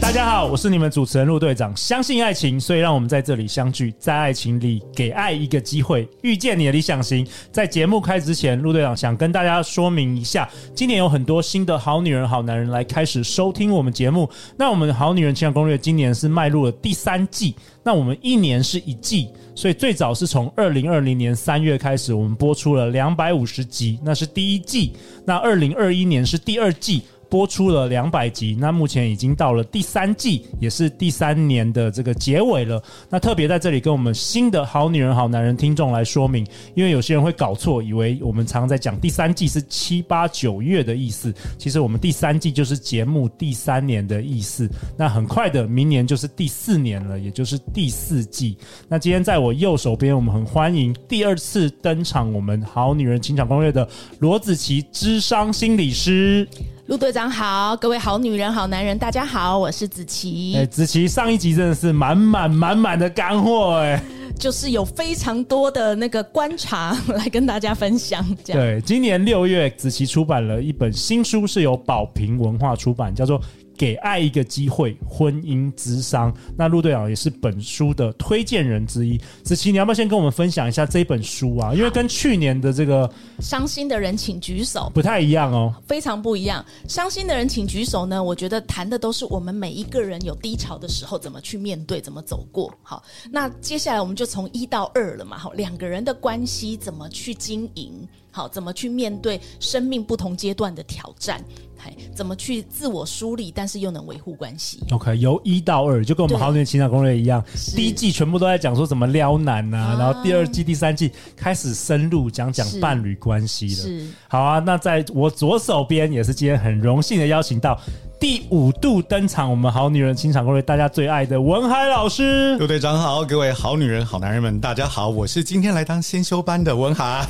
大家好，我是你们主持人陆队长。相信爱情，所以让我们在这里相聚，在爱情里给爱一个机会，遇见你的理想型。在节目开始之前，陆队长想跟大家说明一下，今年有很多新的好女人、好男人来开始收听我们节目。那我们《好女人情感攻略》今年是迈入了第三季，那我们一年是一季，所以最早是从二零二零年三月开始，我们播出了两百五十集，那是第一季。那二零二一年是第二季。播出了两百集，那目前已经到了第三季，也是第三年的这个结尾了。那特别在这里跟我们新的好女人、好男人听众来说明，因为有些人会搞错，以为我们常在讲第三季是七八九月的意思，其实我们第三季就是节目第三年的意思。那很快的，明年就是第四年了，也就是第四季。那今天在我右手边，我们很欢迎第二次登场我们好女人情场攻略的罗子琪智商心理师。陆队长好，各位好女人、好男人，大家好，我是子琪。哎、子琪上一集真的是满满满满的干货哎、就是有非常多的那个观察来跟大家分享，这样对，今年六月，子琪出版了一本新书，是由宝瓶文化出版，叫做。给爱一个机会，婚姻之商。那陆队长也是本书的推荐人之一。子琪，你要不要先跟我们分享一下这本书啊？因为跟去年的这个伤心的人请举手，不太一样哦。非常不一样。伤心的人请举手呢，我觉得谈的都是我们每一个人有低潮的时候怎么去面对，怎么走过。好，那接下来我们就从一到二了嘛，好，两个人的关系怎么去经营，好，怎么去面对生命不同阶段的挑战，哎，怎么去自我梳理，但是又能维护关系。 OK，由一到二就跟我们《对好女人情感攻略》一样，是第一季全部都在讲说怎么撩男呐、然后第二季、第三季开始深入讲讲是伴侣关系了。是好啊，那在我左手边也是今天很荣幸的邀请到第五度登场我们《好女人情场攻略》大家最爱的文海老师。 陆队长好，各位好女人、好男人们，大家好，我是今天来当先修班的文涵。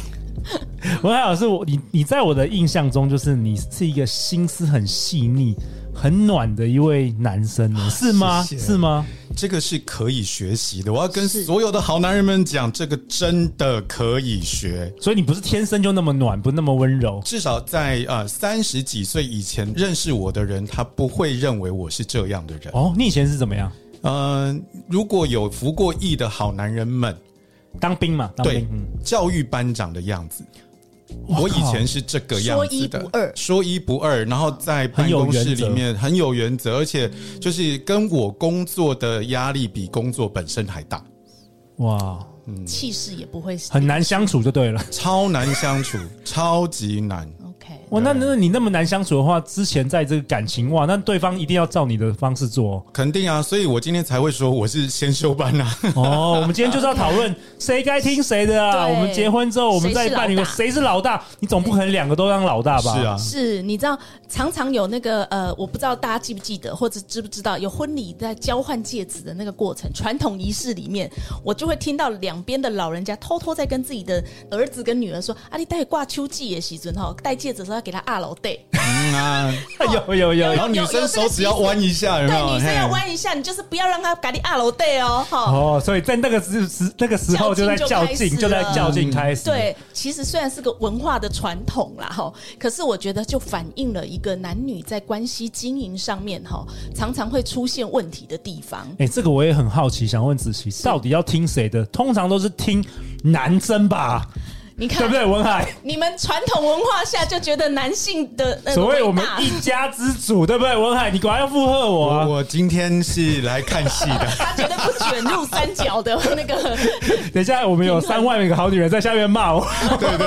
文海老师，我你你在我的印象中就是你是一个心思很细腻、很暖的一位男生呢，是吗？啊谢谢是吗？这个是可以学习的，我要跟是所有的好男人们讲，这个真的可以学。所以你不是天生就那么暖，不那么温柔。至少在呃三十几岁以前认识我的人，他不会认为我是这样的人。哦，你以前是怎么样？嗯、如果有服过役的好男人们，当兵嘛，当对兵。嗯，教育班长的样子。靠我以前是这个样子说的，一不二说一不二，然后在办公室里面很有原则，而且就是跟我工作的压力比工作本身还大，哇，气势也不会很难相处就对了。超难相处，超级难。 OK。哇，那那你那么难相处的话，之前在这个感情哇，那对方一定要照你的方式做哦。肯定啊，所以我今天才会说我是先修班啊。 哦，我们今天就是要讨论谁该听谁的啊！对我们结婚之后，我们再办一个谁谁是老大，你总不可能两个都当老大吧？是 啊，，是，你知道常常有那个呃，我不知道大家记不记得，或者知不知道有婚礼在交换戒指的那个过程，传统仪式里面，我就会听到两边的老人家偷偷在跟自己的儿子跟女儿说：“啊，你戴挂秋季的时尊哈，戴戒指的时候要给他二老 戴。哦嗯啊，有有有然后女生手指要弯一下，有没有？对，女生要嘿弯一下，你就是不要让他给你二楼戴哦，哈。哦，所以在那个时时那个时候就在较劲，就较劲就在开始了较劲开始。对，其实虽然是个文化的传统啦，哈，可是我觉得就反映了一个男女在关系经营上面哈，常常会出现问题的地方。哎、这个我也很好奇，想问子琪，到底要听谁的？通常都是听男生 吧，你看，对不对？文 海，你们传统文化下就觉得男性的那个所谓伟我们大一家之主，对不对？文海，你果然要附和我啊！我我今天是来看戏的。他绝对不卷入三角的 那个，等一下，我们有三万名好女人在下面骂我，现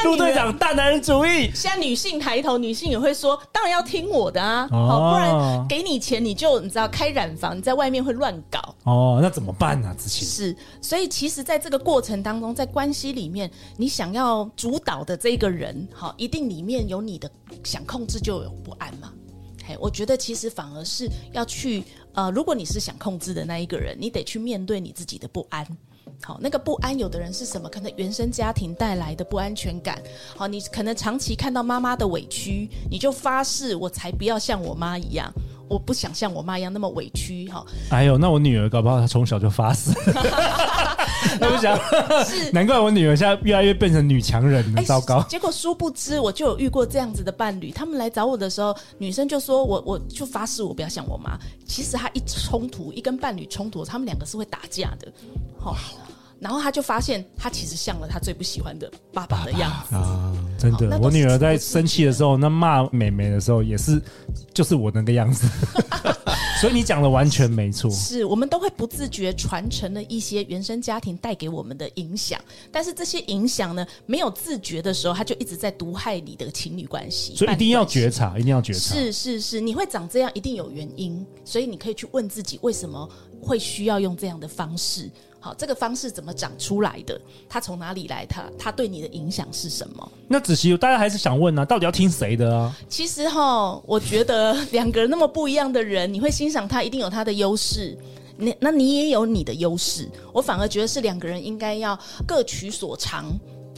在陆女队人长大男人主义。现在女性抬头，女性也会说，当然要听我的啊，哦好，不然给你钱你就你知道开染房，你在外面会乱搞。哦，那怎么办呢、啊？子琪，是，所以其实，在这个过程当中，在关系里面，你想要主导的这一个人，好，一定里面有你的想控制，就有不安嘛。嘿，我觉得其实反而是要去，呃，如果你是想控制的那一个人，你得去面对你自己的不安。好，那个不安，有的人是什么？可能原生家庭带来的不安全感。好，你可能长期看到妈妈的委屈，你就发誓，我才不要像我妈一样，我不想像我妈一样那么委屈。哈，哎呦，那我女儿搞不好她从小就发 死，那不想，是难怪我女儿现在越来越变成女强人了，哎，糟糕。 结果殊不知，我就有遇过这样子的伴侣，他们来找我的时候，女生就说我我就发誓我不要像我妈。其实她一冲突，一跟伴侣冲突，他们两个是会打架的。好、然后她就发现她其实像了她最不喜欢的爸爸的样子。啊真哦好那的，都我女是儿在出自生气的时候，那骂妹妹的时候，也是就是我那个样 子，所以你讲的完全没错。是我们都会不自觉传承了一些原生家庭带给我们的影响，但是这些影响呢，没有自觉的时候，它就一直在毒害你的情侣关系，所以一定要觉察。察，一定要觉察。是是是，你会长这样一定有原因，所以你可以去问自己为什么会需要用这样的方式。好，这个方式怎么长出来的？它从哪里来？它它对你的影响是什么？那子琪，大家还是想问啊，到底要听谁的啊？其实哈，我觉得两个人那么不一样的人，你会欣赏他，一定有他的优势。那那你也有你的优势，我反而觉得是两个人应该要各取所长。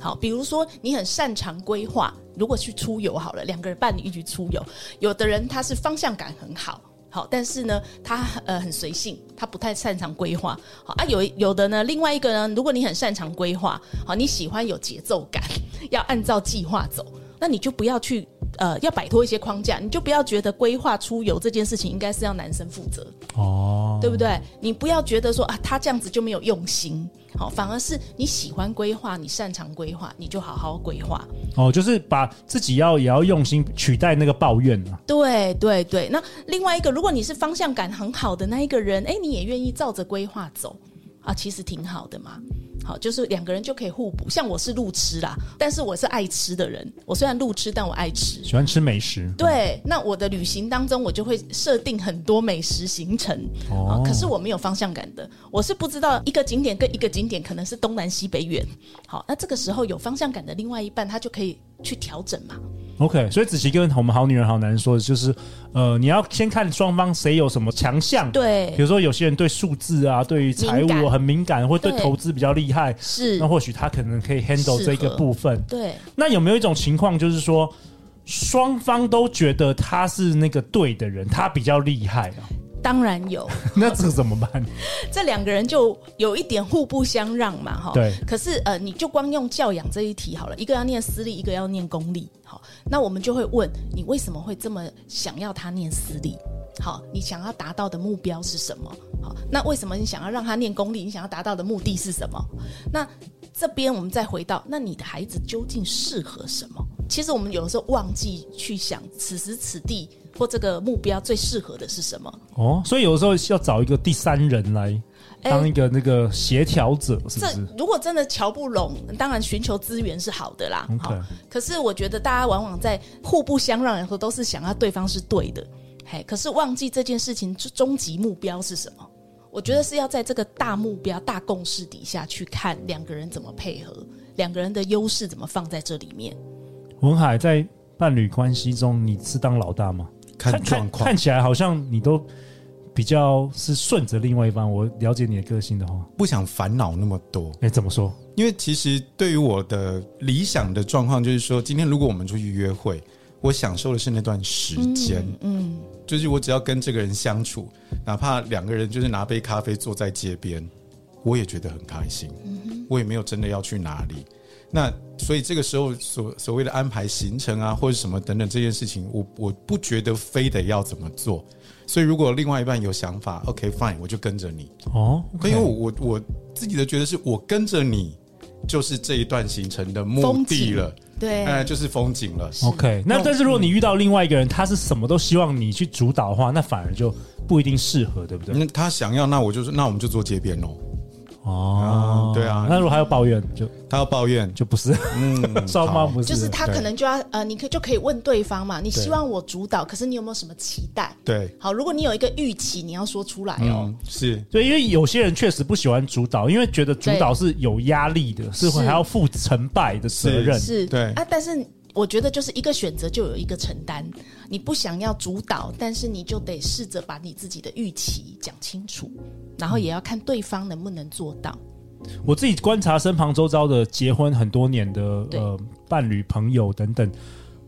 好，比如说你很擅长规划，如果去出游好了，两个人伴侣一起出游，有的人他是方向感很好。好，但是呢，他呃很随性，他不太擅长规划。好啊，有有的呢，另外一个呢，如果你很擅长规划，好，你喜欢有节奏感，要按照计划走，那你就不要去呃，要摆脱一些框架，你就不要觉得规划出游这件事情应该是要男生负责。哦，对不对？你不要觉得说啊，他这样子就没有用心，好，反而是你喜欢规划，你擅长规划，你就好好规划。哦，就是把自己要也要用心取代那个抱怨啊。对对对，那另外一个，如果你是方向感很好的那一个人，哎，你也愿意照着规划走啊，其实挺好的嘛。好，就是两个人就可以互补。像我是路痴啦，但是我是爱吃的人。我虽然路痴，但我爱吃。喜欢吃美食，对，那我的旅行当中，我就会设定很多美食行程、哦啊，可是我没有方向感的，我是不知道一个景点跟一个景点可能是东南西北远。好，那这个时候有方向感的另外一半，他就可以去调整嘛。 OK，所以子琪跟我们好女人好男人说的就是，呃，你要先看双方谁有什么强项。，比对，如说有些人对数字啊，对于财务敏啊感很敏感，或者对对投资比较厉害，是那，或许他可能可以 handle 适这个合部分。对，那有没有一种情况，就是说双方都觉得他是那个对的人，他比较厉害啊？ 当然有。那这个怎 么办？这两个人就有一点互不相让嘛，哈。对可是呃，你就光用教养这一题好了，一个要念私立，一个要念公立，好，那我们就会问你为什么会这么想要他念私立？好，你想要达到的目标是什么？好，那为什么你想要让他念公立？你想要达到的目的是什么？那这边我们再回到，那你的孩子究竟适合什么？其实我们有的时候忘记去想，此时此地或这个目标最适合的是什么。哦，所以有的时候要找一个第三人来哎当一个那个协调者，是不这是？如果真的瞧不拢，当然寻求资源是好的啦。 OK 好，可是我觉得大家往往在互不相让的时候，都是想要对方是对的，嘿，可是忘记这件事情终终极目标是什么。我觉得是要在这个大目标、大共识底下去看两个人怎么配合，两个人的优势怎么放在这里面。文海在伴侣关系中，你是当老大吗？看状看况看，起来好像你都比较是顺着另外一方。我了解你的个性的话，不想烦恼那么多。哎，怎么说？因为其实对于我的理想的状况，就是说，今天如果我们出去约会，我享受的是那段时间，嗯，就是我只要跟这个人相处，哪怕两个人就是拿杯咖啡坐在街边，我也觉得很开心。嗯我也没有真的要去哪里。那所以这个时候所所谓的安排行程啊，或者什么等等这件事情，我我不觉得非得要怎么做。所以如果另外一半有想法，OK fine，我就跟着你。哦可因为我我我自己的觉得是我跟着你，就是这一段行程的目风的景了，对，哎，就是风景了。 ，OK。那但是如果你遇到另外一个人，他是什么都希望你去主导的话，那反而就不一定适合，对不对？那他想要，那我就说，那我们就坐街边喽。哦啊，对啊那如果还有抱怨，就他要抱怨，就不是 嗯，双好方不是，就是他对可能就要呃，你可以就可以问对方嘛，你对希望我主导，可是你有没有什么期待？对，好，如果你有一个预期，你要说出来哦。嗯，是对，因为有些人确实不喜欢主导，因为觉得主导是有压力的，是会是还要负成败的责任。是，对啊，但是我觉得就是一个选择就有一个承担，你不想要主导，但是你就得试着把你自己的预期讲清楚，然后也要看对方能不能做到。我自己观察身旁周遭的结婚很多年的对呃伴侣、朋友等等，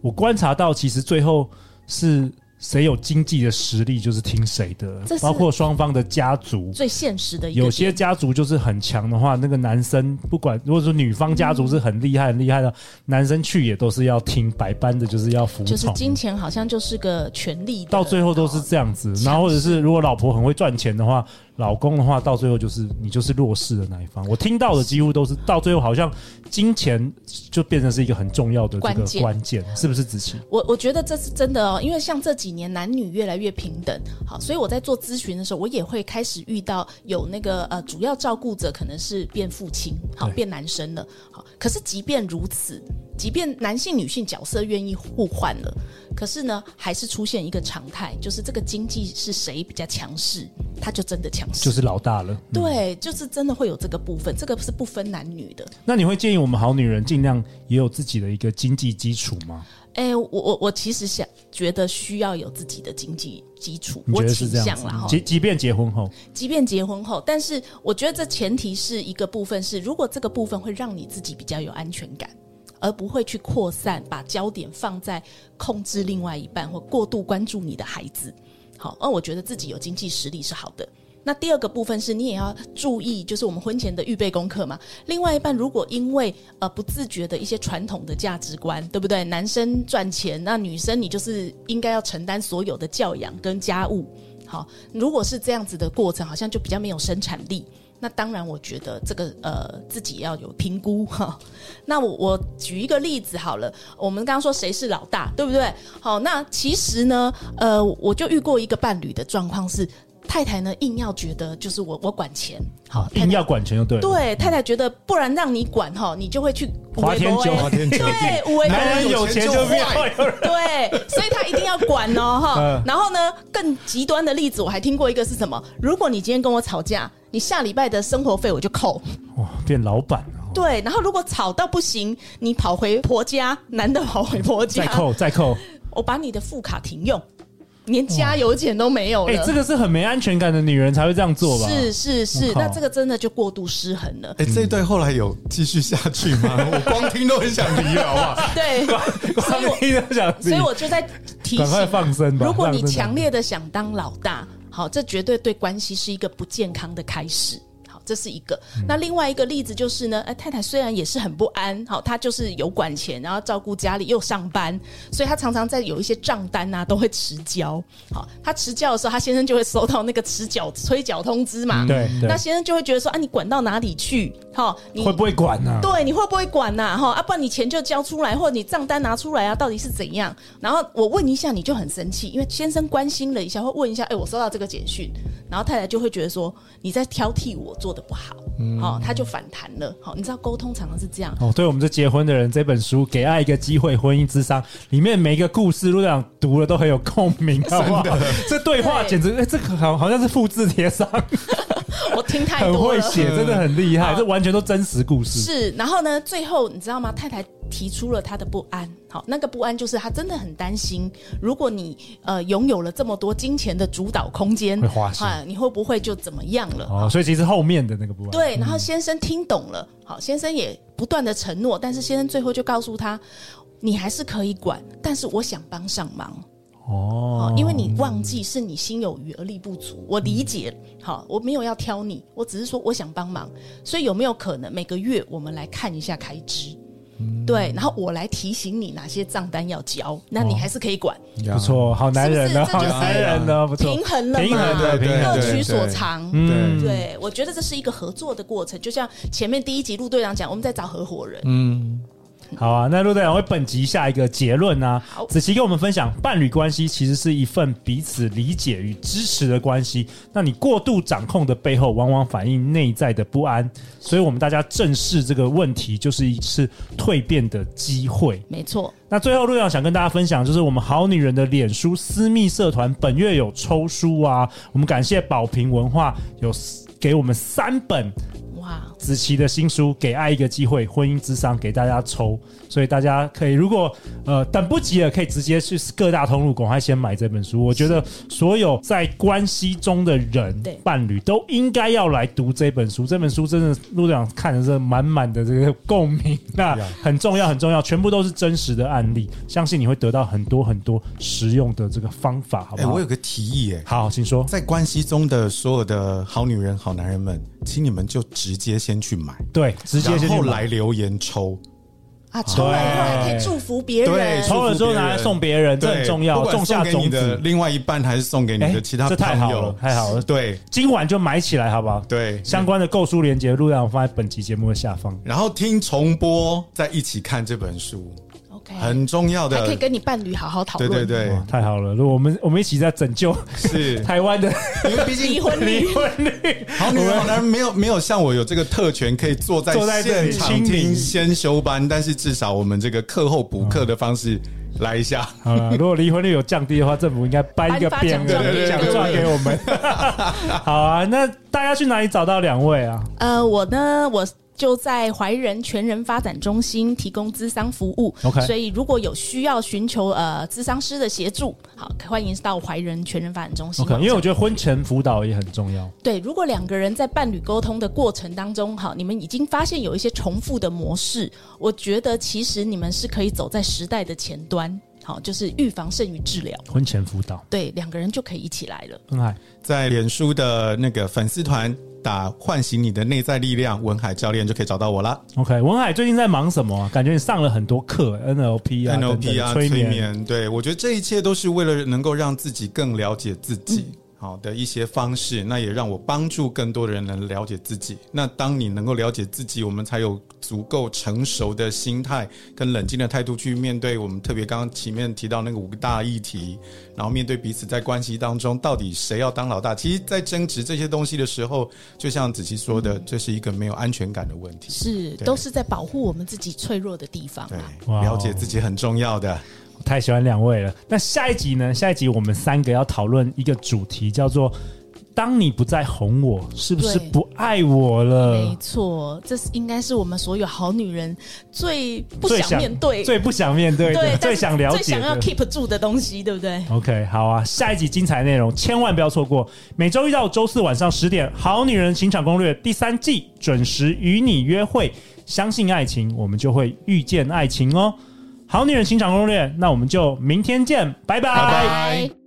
我观察到其实最后是谁有经济的实力就是听谁的这，是包括双方的家族。最现实的一个有些点家族就是很强的话，那个男生不管，如果说女方家族是很厉害、很厉害的，男生去也都是要听百般的，就是要服从。就是金钱好像就是个权利的，到最后都是这样子，强势然后或者是如果老婆很会赚钱的话，老公的话到最后就是你就是弱势的那一方。我听到的几乎都是到最后好像金钱就变成是一个很重要的这关个键关键，是不是子琪？我我觉得这是真的哦，因为像这几年男女越来越平等，好，所以我在做咨询的时候，我也会开始遇到有那个呃主要照顾者可能是变父亲，好对变男生了，好，可是即便如此，即便男性女性角色愿意互换了，可是呢，还是出现一个常态，就是这个经济是谁比较强势，他就真的强势，就是老大了。嗯对，就是真的会有这个部分，这个是不分男女的。那你会建议我们好女人尽量也有自己的一个经济基础吗？哎、我我我其实想觉得需要有自己的经济基础，你觉我得是倾这样向子啦吗？哈。即即便结婚后，即便结婚后，但是我觉得这前提是一个部分是，如果这个部分会让你自己比较有安全感，而不会去扩散，把焦点放在控制另外一半或过度关注你的孩子。好，而我觉得自己有经济实力是好的。那第二个部分是你也要注意，就是我们婚前的预备功课嘛。另外一半如果因为呃不自觉的一些传统的价值观，对不对？男生赚钱，那女生你就是应该要承担所有的教养跟家务。好，如果是这样子的过程，好像就比较没有生产力。那当然，我觉得这个呃自己要有评估哈。那我我举一个例子好了，我们刚刚说谁是老大，对不对？好，那其实呢，呃，我就遇过一个伴侣的状况是，太太呢硬要觉得就是我我管钱，好，硬要管钱就对了。对，太太觉得不然让你管哈，你就会去花天酒花天酒地哎 对，无 为男人有钱就变坏 人，对，所以他一定要管 哦哈嗯。然后呢，更极端的例子我还听过一个是什么？如果你今天跟我吵架，你下礼拜的生活费我就扣。哇，变老板了哦，对，然后如果吵到不行，你跑回婆家，男的跑回婆再家，扣再扣。我把你的副卡停用，连加油钱都没有哎、了。这个是很没安全感的女人才会这样做吧？是是是我，靠那这个真的就过度失衡 了。哎、这一对嗯后来有继续下去吗？我光听都很想离了，好不好？对，所 以我听都想自所己以我就在提赶快醒啊放生吧。如果你放生吧强烈的想当老大，好，这绝对对关系是一个不健康的开始。好，这是一个。嗯那另外一个例子就是呢，哎，太太虽然也是很不安，好，她就是有管钱，然后照顾家里又上班，所以她常常在有一些账单啊都会迟交。好，她迟交的时候，她先生就会收到那个迟缴催缴通知嘛。嗯对对那先生就会觉得说啊，你管到哪里去？好，你会不会管啊呢、对，你会不会管呐、哈，啊，不然你钱就交出来，或者你账单拿出来啊，到底是怎样？然后我问一下，你就很生气，因为先生关心了一下，会问一下，哎、我收到这个简讯，然后太太就会觉得说你在挑剔我做的不好，嗯好、他就反弹了。好，你知道沟通常常是这 样，哦，对我们这结婚的人，这本书《给爱一个机会：婚姻之商》里面每一个故事，陆队长读了都很有共鸣，好不好？ 这对话对简直，哎、这个好好像是复制贴上，我听太很多会了。嗯写，真的很厉害，这完全都真实故事。是，然后呢，最后你知道吗？太太提出了她的不安，好，那个不安就是她真的很担心，如果你呃拥有了这么多金钱的主导空间，会花心啊，你会不会就怎么样了？哦，所以其实后面的那个部分，对，然后先生听懂了，好，先生也不断的承诺，但是先生最后就告诉他，你还是可以管，但是我想帮上忙。哦哦，，因为你忘记是你心有余而力不足，我理解。嗯好，我没有要挑你，我只是说我想帮忙，所以有没有可能每个月我们来看一下开支？嗯对，然后我来提醒你哪些账单要交，那哦你还是可以管，不错，好男人呢，是不好是这就是男人哦呢，不错，平衡了嘛？平衡的，对平对衡各的。取所对长。嗯，对，我觉得这是一个合作的过程，就像前面第一集陆队长讲，我们在找合伙人。嗯，好啊，那陆队长为本集下一个结论呢、好子琪跟我们分享，伴侣关系其实是一份彼此理解与支持的关系。那你过度掌控的背后，往往反映内在的不安。所以，我们大家正视这个问题，就是一次蜕变的机会。没错，那最后，陆阳想跟大家分享，就是我们好女人的脸书私密社团本月有抽书啊，我们感谢宝瓶文化有给我们三本哇哇，子琪的新书《给爱一个机会：婚姻之商》给大家抽，所以大家可以如果呃等不及了，可以直接去各大通路赶快先买这本书。我觉得所有在关系中的人对、伴侣都应该要来读这本书。这本书真的陆队长看的是满满的这个共鸣，那啊很重要很重要，全部都是真实的案例，相信你会得到很多很多实用的这个方法，好哎、不好？我有个提议、哎，好，请说。在关系中的所有的好女人、好男人们，请你们就直接先去买，对，直接先去然后买来留言抽。啊，抽来以后还可以祝福别对人，抽了之后拿来送别人，这对很重要，不管种下送给种你的子。另外一半，还是送给你哎的其他这太好朋了友，太好了对今晚就买起来，好不好？对，相关的购书链接，陆队长放在本集节目的下方。然后听重播，再一起看这本书， ，OK，很重要还的可以。跟你伴侣好好讨对论，对对哇，，太好了！如果我们我们一起在拯救是， 台湾 的因为毕竟离婚率离婚 率，好女人好男人没有没有像我有这个特权，可以坐在坐在这里现场亲你听先修班，但是至少我们这个课后补课的方式来一下。 好了，如果离婚率有降低的话，政府应该颁一个颁发匾奖状额给奖我们状给我 们。好啊，那大家去哪里找到两位啊？呃，我呢，我就在怀仁全人发展中心提供咨商服务。 OK 所以如果有需要寻求呃咨商师的协助，好，欢迎到怀仁全人发展中心 OK，网站。因为我觉得婚前辅导也很重要。对，如果两个人在伴侣沟通的过程当中，哈，你们已经发现有一些重复的模式，我觉得其实你们是可以走在时代的前端，好，就是预防胜于治疗。婚前辅导，对，两个人就可以一起来了。恩海，在脸书的那个粉丝团打“唤醒你的内在力量”，文海教练就可以找到我啦。 OK，文海最近在忙什么啊？感觉你上了很多课，NLP 啊 NLP 啊，等等催催眠眠，对我觉得这一切都是为了能够让自己更了解自嗯己。好的一些方式，那也让我帮助更多的人能了解自己。那当你能够了解自己，我们才有足够成熟的心态跟冷静的态度去面对我们特别刚刚前面提到那个五个大议题，然后面对彼此在关系当中到底谁要当老大。其实，在争执这些东西的时候，就像子琪说的，这是一个没有安全感的问题。是，对都是在保护我们自己脆弱的地方对啊。，哇哦了解自己很重要的。我太喜欢两位了。那下一集呢？下一集我们三个要讨论一个主题，叫做“当你不再哄我，是不是对不爱我没了错，这是应该是我们所有好女人最”？不最想面对、最不想面对对的，但最是想了最解想要的。 keep 住的东西，对不对？ OK，好啊，下一集精彩内容千万不要错过。每周一到周四晚上十点，《好女人情场攻略》第三季准时与你约会。相信爱情，我们就会遇见爱情哦。《好女人情场攻略》，那我们就明天见，拜拜拜拜